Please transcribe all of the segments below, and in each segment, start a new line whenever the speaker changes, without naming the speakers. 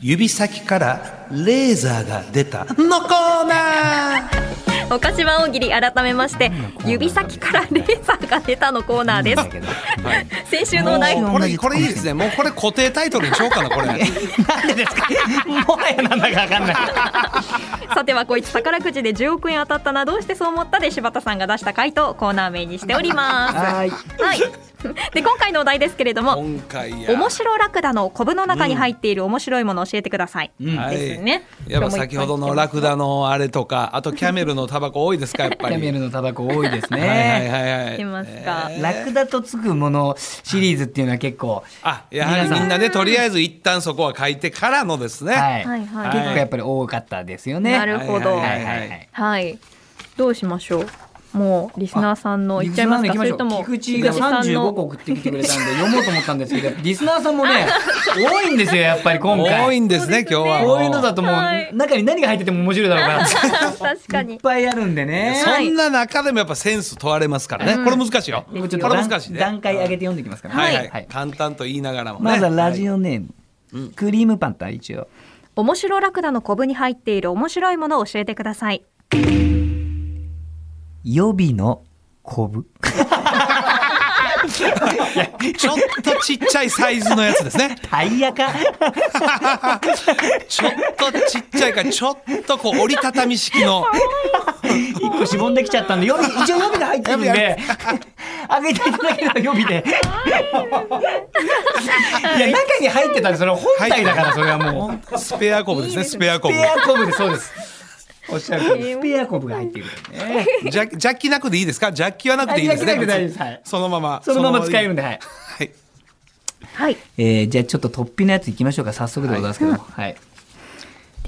指先からレーザーが出たのコーナー
お菓子は大喜利改めまして指先からレーザーが出たのコーナーです先週のお題
もうこれこれいいですねもうこれ固定タイトルにしようかなこれ
なんでですかもはやなんだかわかんない
さてはこいつ宝くじで10億円当たったなどうしてそう思ったで柴田さんが出した回答をコーナー名にしております
はい
はいで今回のお題ですけれども
今回や
面白ラクダのコブの中に入っている面白いものを教えてください、
は
ですね
い、やっぱ先ほどのラクダのあれとかあとキャメルのタバコ多いですかやっ
キ
ぱり
ャメルのタバコ多いです
はいはい
ね
はいはい
いけますか
ラクダとつくものシリーズっていうのは結構
あやはりみんなねとりあえず一旦そこは書いてからのですね、
はい、
はいはい
結構やっぱり多かったですよね。
なるほど
は
はいい、
はいはい
どうしましょうもうリスナーさんのいっちゃいますかそれとも
菊池が三十五個送ってきてくれたんで読もうと思ったんですけ ど、リスナーさんもね多いんですよやっぱり今回。
多いんですね今日はも
こういうのだともう、
はい
中に何が入ってても面白いだろうから。
確か
いっ
に
ぱいあるんでね。
そんな中でもやっぱセンス問われますからね、これ難しいよこ
う
れ
ん
僕
難しいね
段階上げて読んでいきますから。
はいはい、簡単と言いながらもね
まずはラジ
オ、
オネーム、クリームパンタ一応。
面白ラクダのコブに入っている面白いものを教えてください
予備のコブ。
はいちょっとちっちゃいサイズのやつです ね
タイヤか。
ちょっとちっちゃいからちょっとこう折りたたみ式の
一個しぼんできちゃったんで予備一応予備が入ってるんで あげていただけたら予備でいや中に入ってたんでそれ本体だからそれはもう
スペアコブですね
いいです
ス
ね
ペアコ
ス
ブ
ペアコブでそうですおっしゃる通りスペアコブが入っているね
ジャッキジャッキなくでいいですかジャッキはなくていいですね
あジャッキなくて大丈夫ですはい
そのまま
そのまま使えるん
で
ではい、
はい
はい
えー、じゃあちょっと突飛なやついきましょうか早速でございますけどもはい、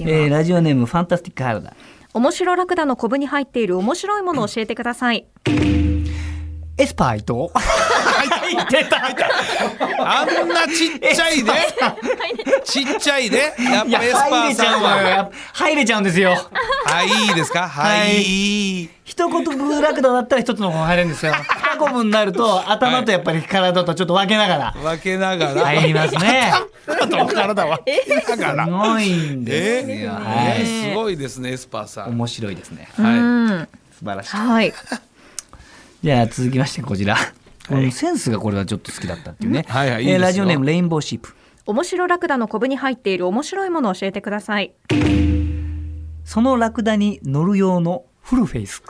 え
では
ーラジオネームファンタスティックハルダ
面白ラクダのコブに入っている面白いものを教えてください
エスパー伊藤 入ってた
あんなちっちゃいで、ちっちゃいで、やっ
いや
ぱエスパ
入
ー
れち
さ
ゃうんのよ
は。
やっぱ入れちゃうんですよ
はい、いいですか、はい。
一言ブラクダだったら一つの方入れるんですよ。二個分になると頭とやっぱり体とちょっと分けなが
分けなが
ら
ら。
入りますね。
体は。だか
す
ら。
ごいん
え
ですよ。は
え
い。
すごいですね、エスパーさん。
面白いですね。
う
は
ん
素晴らしい。
はい
じゃあ続きましてこちら。このセンスがこれはちょっと好きだったっていうね。
はいはいいいです
えー
よ
ラジオネームレインボーシープ。
面白ラクダのコブに入っている面白いものを教えてください
そのラクダに乗る用のフルフェイス。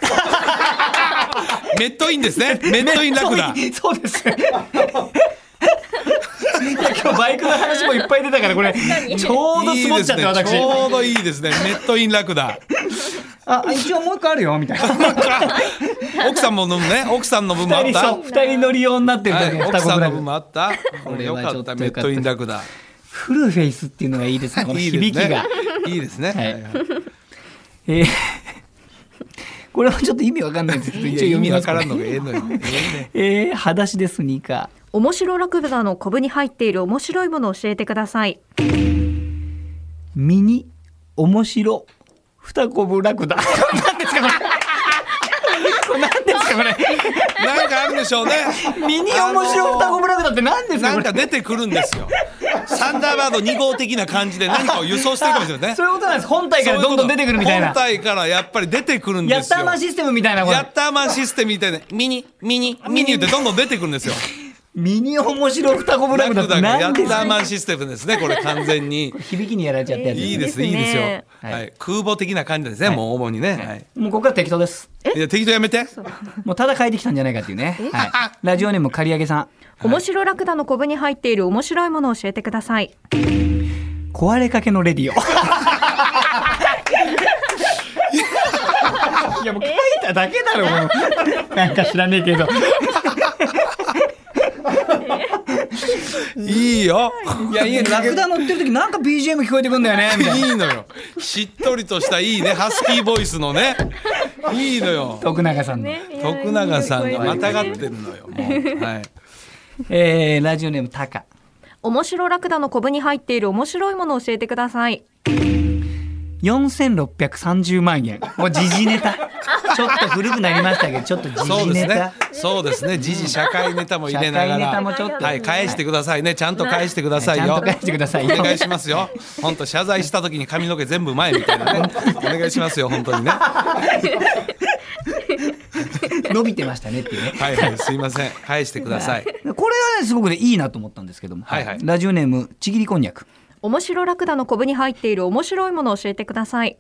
い。メットインですね。メットインラクダ。
そうです。今日バイクの話もいっぱい出たからこれちょうど積もっちゃって
いいです
私
ねちょうどいいですね。メットインラク ダ。
あ一応もう一個あるよみたいな
奥さんも飲むね。奥さんの分もあ
二
っ
人
た
そう。二人乗り用になってる
は
時
い、
の
奥
双子
さ
ぐ
ん
ら
の
い
分もあった。こ
こ
れ
れ
よ
はち
か
ょ
っ
っと
た。
よかっ
メッ
た
トインラクダ。
フルフェイスっていうのがいいですねこ の
いい
響き
ですね
が。
いいですね。
はい
はいはい
えーこれはちょっと意味わかんないんですけど一応
意
読み
味
ま
わ
す
からんの
ね
がええのよ。ええね
えー裸足でスニーカ
面白ラクダのコブに入っている面白いものを教えてください
ーミニ面白二コブラクダ 何ですかこれこれ何ですかこれ
なんかあるでしょうね。
ミニ面白二コブラクダって何です
な
かこ
んか
れ
出てくるんですよ。サンダーバード2号的な感じで何かを輸送してるかもしれないね。
そういうことなんです本体からどんどん出てくるみたいな
本体からやっぱり出てくるん
ヤ
で
ッ
す
タ
よ。
ーマンシステムみたいなこれ
ヤッターマンシステムみたいなミニミニミニってどんどん出てくるんですよ。
ミニ面白二コブラクダって
がヤ
何
ッ
です
タ
か
ーマンシステムですねこれ完全 に。
響きにやられちゃったやつです
い
ね
いですねいい
いい
で
ですす
よ
ね。
はい空母的な感じですね、もう主にね。はい。
もうここから適当です。
いや適当やめて。
もうただ書いてきたんじゃないかっていうね。はい、ラジオネーム刈り上げさん。
面白ラクダのコブに入っている面白いものを教えてください
壊れかけのレディオ。いやもう書いただけだろもう。なんか知らねえけど。
いいよ。
いやいやラクダ乗ってる時なんか BGM 聞こえてくんだよねみたいな。
いいのよ。しっとりとしたいいねハスキーボイスのね。いいのよ。
徳永さんの、
徳永さんがまたがってるのよ。もうはい。
えー、ラジオネームタカ
面白ラクダのコブに入っている面白いものを教えてください
4630万円もう時事ネタちょっと古くなりましたけどちょっと時
そう
事
ですね
ネタ、。
そうですね。時事社会ネタも入れなが
社会ネタ
ら、
もちょっと
はい返してくださいね。ちゃんと返してください
ちゃん
よ
と。返してください
お
よ
願いしますよ。本当謝罪した時に髪の毛全部前みたいなね。お願いしますよ本当にね。は
伸びてましたねっていうね
いはいすいません返してください。
これはねすごくねいいなと思ったんですけども、
はいはい
ラジオネームちぎりこんにゃく
面白ラクダのコブに入っている面白いものを教えてください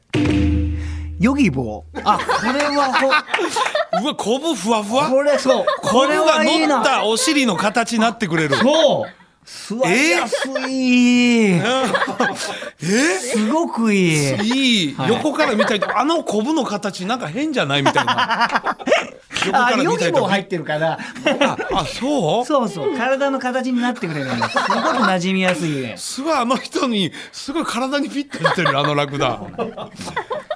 ヨギボーあこれは
うわこぶふわふ
ほ
わ。
これそう
こ
こ
ぶ
れ
が
はいい
乗っ
な
たお尻の形になってくれる。
そう座りやすい、
え
すごくいい
いい
はい
横から見たりとあのこぶの形なんか変じゃないみたいな。横か
あ
ら
ヨ
見た
ギ
り
ボー
と
入ってるから
ああそう。
そうそう体の形になってくれるんですすごく馴染みやすいね
すごいあの人にすごい体にフィットしてるあのラクダ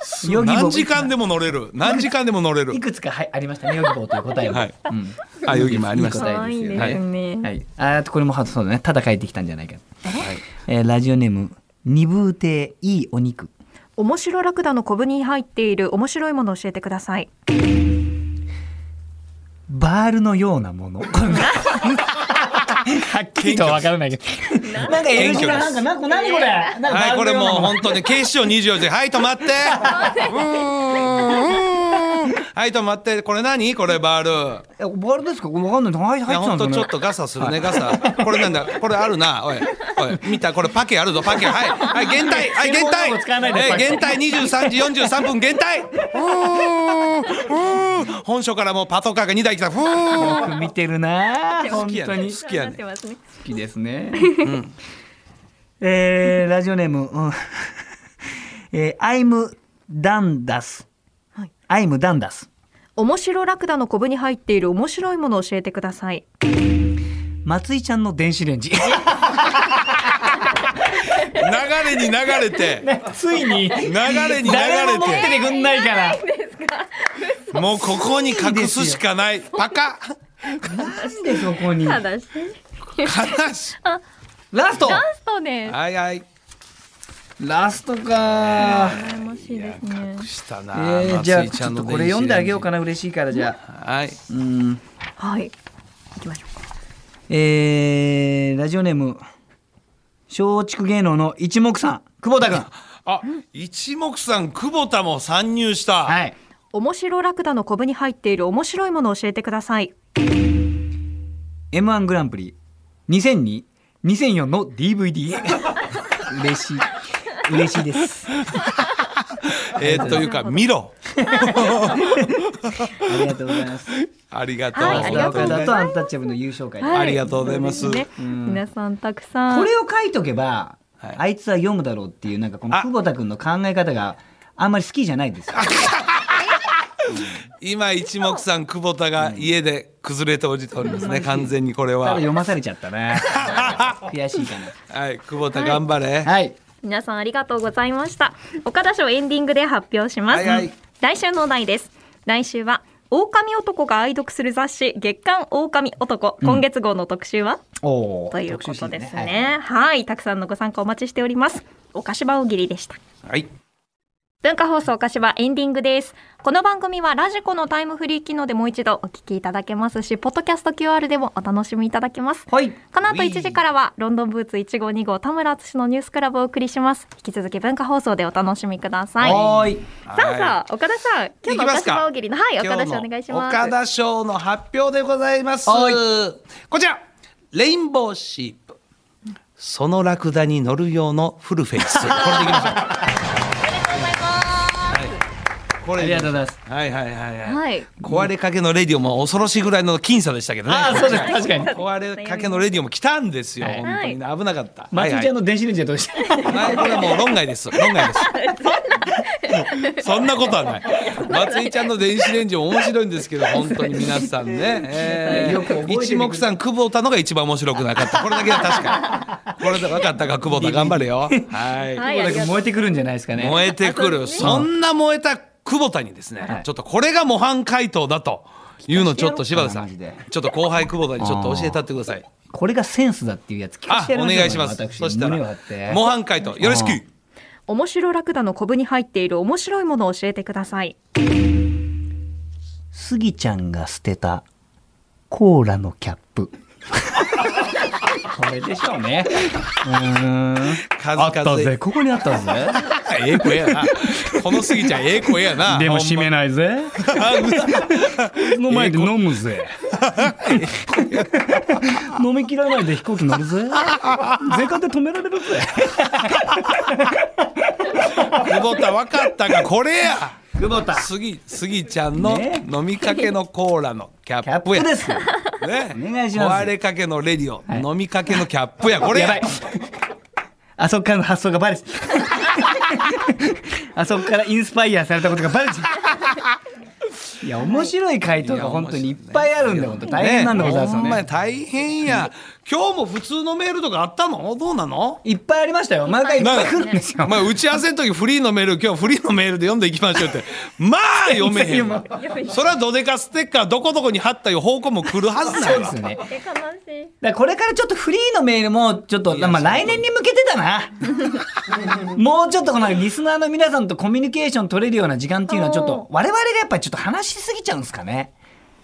すごい
ヨギボー
何時間でも乗れる何時間でも乗れる
いくつか、はい、ありましたね、ヨギボーという答えは。
はい
うん
あヨギもありまし
いい
た
答えですよね
可愛いです
ね
はい、あーこれもはそうだね、ただ書いてきたんじゃないか。えーラジオネーム、二風亭いいお肉。
面白ラクダのコブに入っている面白いものを教えてください
バールのような もの。はっきりとは分からないけど。なんか L 字が、
謙虚で
な
す
んか、なんか、何これ。なんか
はい
バー
こ
ル
れ
の
もう
ようなの
本当に警視庁24時はい止まってうーんうーんはい止まってこれ何これバール
えバールですか、分かんない、はい、
い
入
や
ってた
本
んで
当
す
ちょ
ね
っと。ガサするねガサこれなんだこれあるなおいおい見たこれパケあるぞパケはいはい減退はい減
専門用語使わないで
退
パ
え
ケ
減退23時43分減退うーんうーん本所からもうパトカーが2台来たふーん
よく見てるなあ。
好
本
きやね
当に。
好きやね
ますね
好きです ね。えーラジオネーム、うんえーアイムダンダス
はい。
アイムダンダス。
面白ラクダのコブに入っている面白いものを教えてください
松井ちゃんの電子レンジ。
流れに流れて
ついに。
流れに流
誰も持って
れ
てくんないから。
てもうここに隠すしかないパカ
なんでそこに。
た
ラ
だし
悲し
スト。
ストで
いはいはい
ラストか。
羨ましいですね
した
え
な
ー、じゃ
松
あ
井
ち
ち
ょ
ゃ
っ
んの
とこれ読んであげようか
な
な嬉しいからじゃあ。
はい
うん。
はい行きましょうか
えー、ラジオネーム松竹芸能の一目散久保田君。
あ一目散久保田も参入した
はい。
面白ラクダのコブに入っている面白いものを教えてください
M1 グランプリ2002、2004の DVD。嬉 しい。嬉しいです。あ
えー、というか見ろ
りがとうござい ます。
ありがとう、
はいありがとうございます
アンタッチャブルの優勝会で
はい
ありがとうございます
そうでね皆さんたくさん
これを書いとけば、
はい
あいつは読むだろうっていうなんかこの
あ
久保田君の考え方があんまり好きじゃないですよ。
今一目散久保田が家で崩れておじておりますね完全にこれ
ただ
は
読まされちゃっ たな。悔しいか
はい久保田頑張れ、
な。はい。
皆さんありがとうございました岡田賞エンディングで発表します、
はいはい
来週のお題です来週は狼男が愛読する雑誌月刊狼男今月号の特集は、
おお。
ということですね
特集シーン
はい、たくさんのご参加お待ちしております岡芝大喜利でした
はい
文化放送岡芝エンディングですこの番組はラジコのタイムフリー機能でもう一度お聞きいただけますしポッドキャスト QR でもお楽しみいただけます
はい。はい。
この後
うい
1時からはロンドンブーツ1号2号田村敦のニュースクラブをお送りします引き続き文化放送でお楽しみくださいさ
はーい。
あさあ岡田さん今日の
いきま
岡
すか
島大喜利のはい岡田氏お願いします
岡田賞の発表でございます
は
こちらレインボーシープそのラクダに乗る用のフルフェイ スこれでいきましょうこれ
ありがとうございます
はいはいはいはい、
はい
壊れかけのレディオも恐ろしいぐらいの僅差でしたけどね
ああそうです確かに。
壊れかけのレディオも来たんですよ、
はい
本当にね危なかった、
松井ちゃん
の
の電子レンジはどうした？
これはもう論外です論外 ですそんなことはない松井ちゃんの電子レンジも面白いんですけど本当に皆さんね、えー
よく覚えてる
一目散久保田のが一番面白くなか ったこれだけは確かにこれで分かったか久保田頑張れよはい、
はい
久保田君燃えてくるんじゃないですかね。
燃えてくるそんな燃えた久保田にですね、
はい
ちょっとこれが模範解答だというのをちょっと柴田さ
マ
ん
ジで
ちょっと後輩久保田にちょっと教えたってください
これがセンスだっていうやつ聞か
あ
せてや
お
りましょう
願いします
私
そした
胸を張って
ら模範解答よろしく
うん
面白ラクダのコブに入っている面白いものを教えてください
スギちゃんが捨てたコーラのキャップ。これでしょうね。うーん。
数々
あったぜ。ここにあったぜ。
ええ声やな このすぎちゃんええ声やな
でも閉めないぜ。の前で飲むぜ。飲み切らないで飛行機乗るぜ。 税関で止められるぜ。
久保田分かったかこれや
久保田
すぎすぎちゃんの
ね
飲みかけのコーラのキャ
キャッ
ップ
プ
や
です。
ね
お願いします
壊れかけのレディオ、飲みかけのキャップやこれ
やばい。あそこからの発想がバ レちゃう。あそこからインスパイアされたことがバレちゃう。いや面白い回答が本当にいっぱいあるんだよ本当大変なんでございますよ
ほんま
ね
に大変や今日も普通のメールとかあったのどうなの
いっぱいありましたよ毎回いっぱい来るんですよ
まあ打ち合わせの時フリーのメール今日フリーのメールで読んでいきましょうってまあ読めへん わそれはドデカステッカーどこどこに貼ったよ方向も来るはずだ
そ
よ
うですよね
悲しい
だからこれからちょっとフリーのメールもちょっと、まあ、来年に向けてだな もうちょっとこのリスナーの皆さんとコミュニケーション取れるような時間っていうのはちょっと我々がやっぱりちょっと話しすぎちゃうんですかね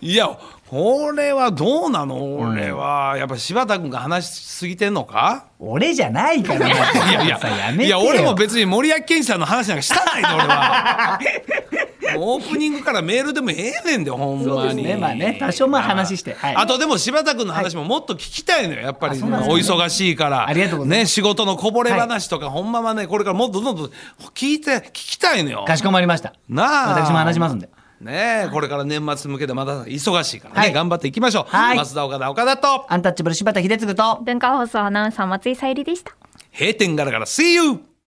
いやこれはどうなの俺はやっぱ柴田君が話しすぎてんの か
俺じゃないからね
いやい
さ
や
めてよ
いや俺も別に森脇健児さんの話なんかしたないで俺は もうオープニングからメールでもええねんでほんまに
そうですねまあね多少まあ話してはい
あとでも柴田君の話ももっと聞きたいのよやっぱり、
あそうなんです
お
ね
忙しいから
ありがとうございます
ね仕事のこぼれ話とか、ほんまはねこれからもっとどんどん聞いて聞きたいのよ
かしこまりました
なあ
私も話しますんで
ねえこれから年末に向けてまだ忙しいからね、
はい
頑張っていきましょう、
はい
増田岡田岡田と
アンタッチャブル柴田秀嗣と
文化放送アナウンサー松井さゆりでした
閉店ガラガラ See you!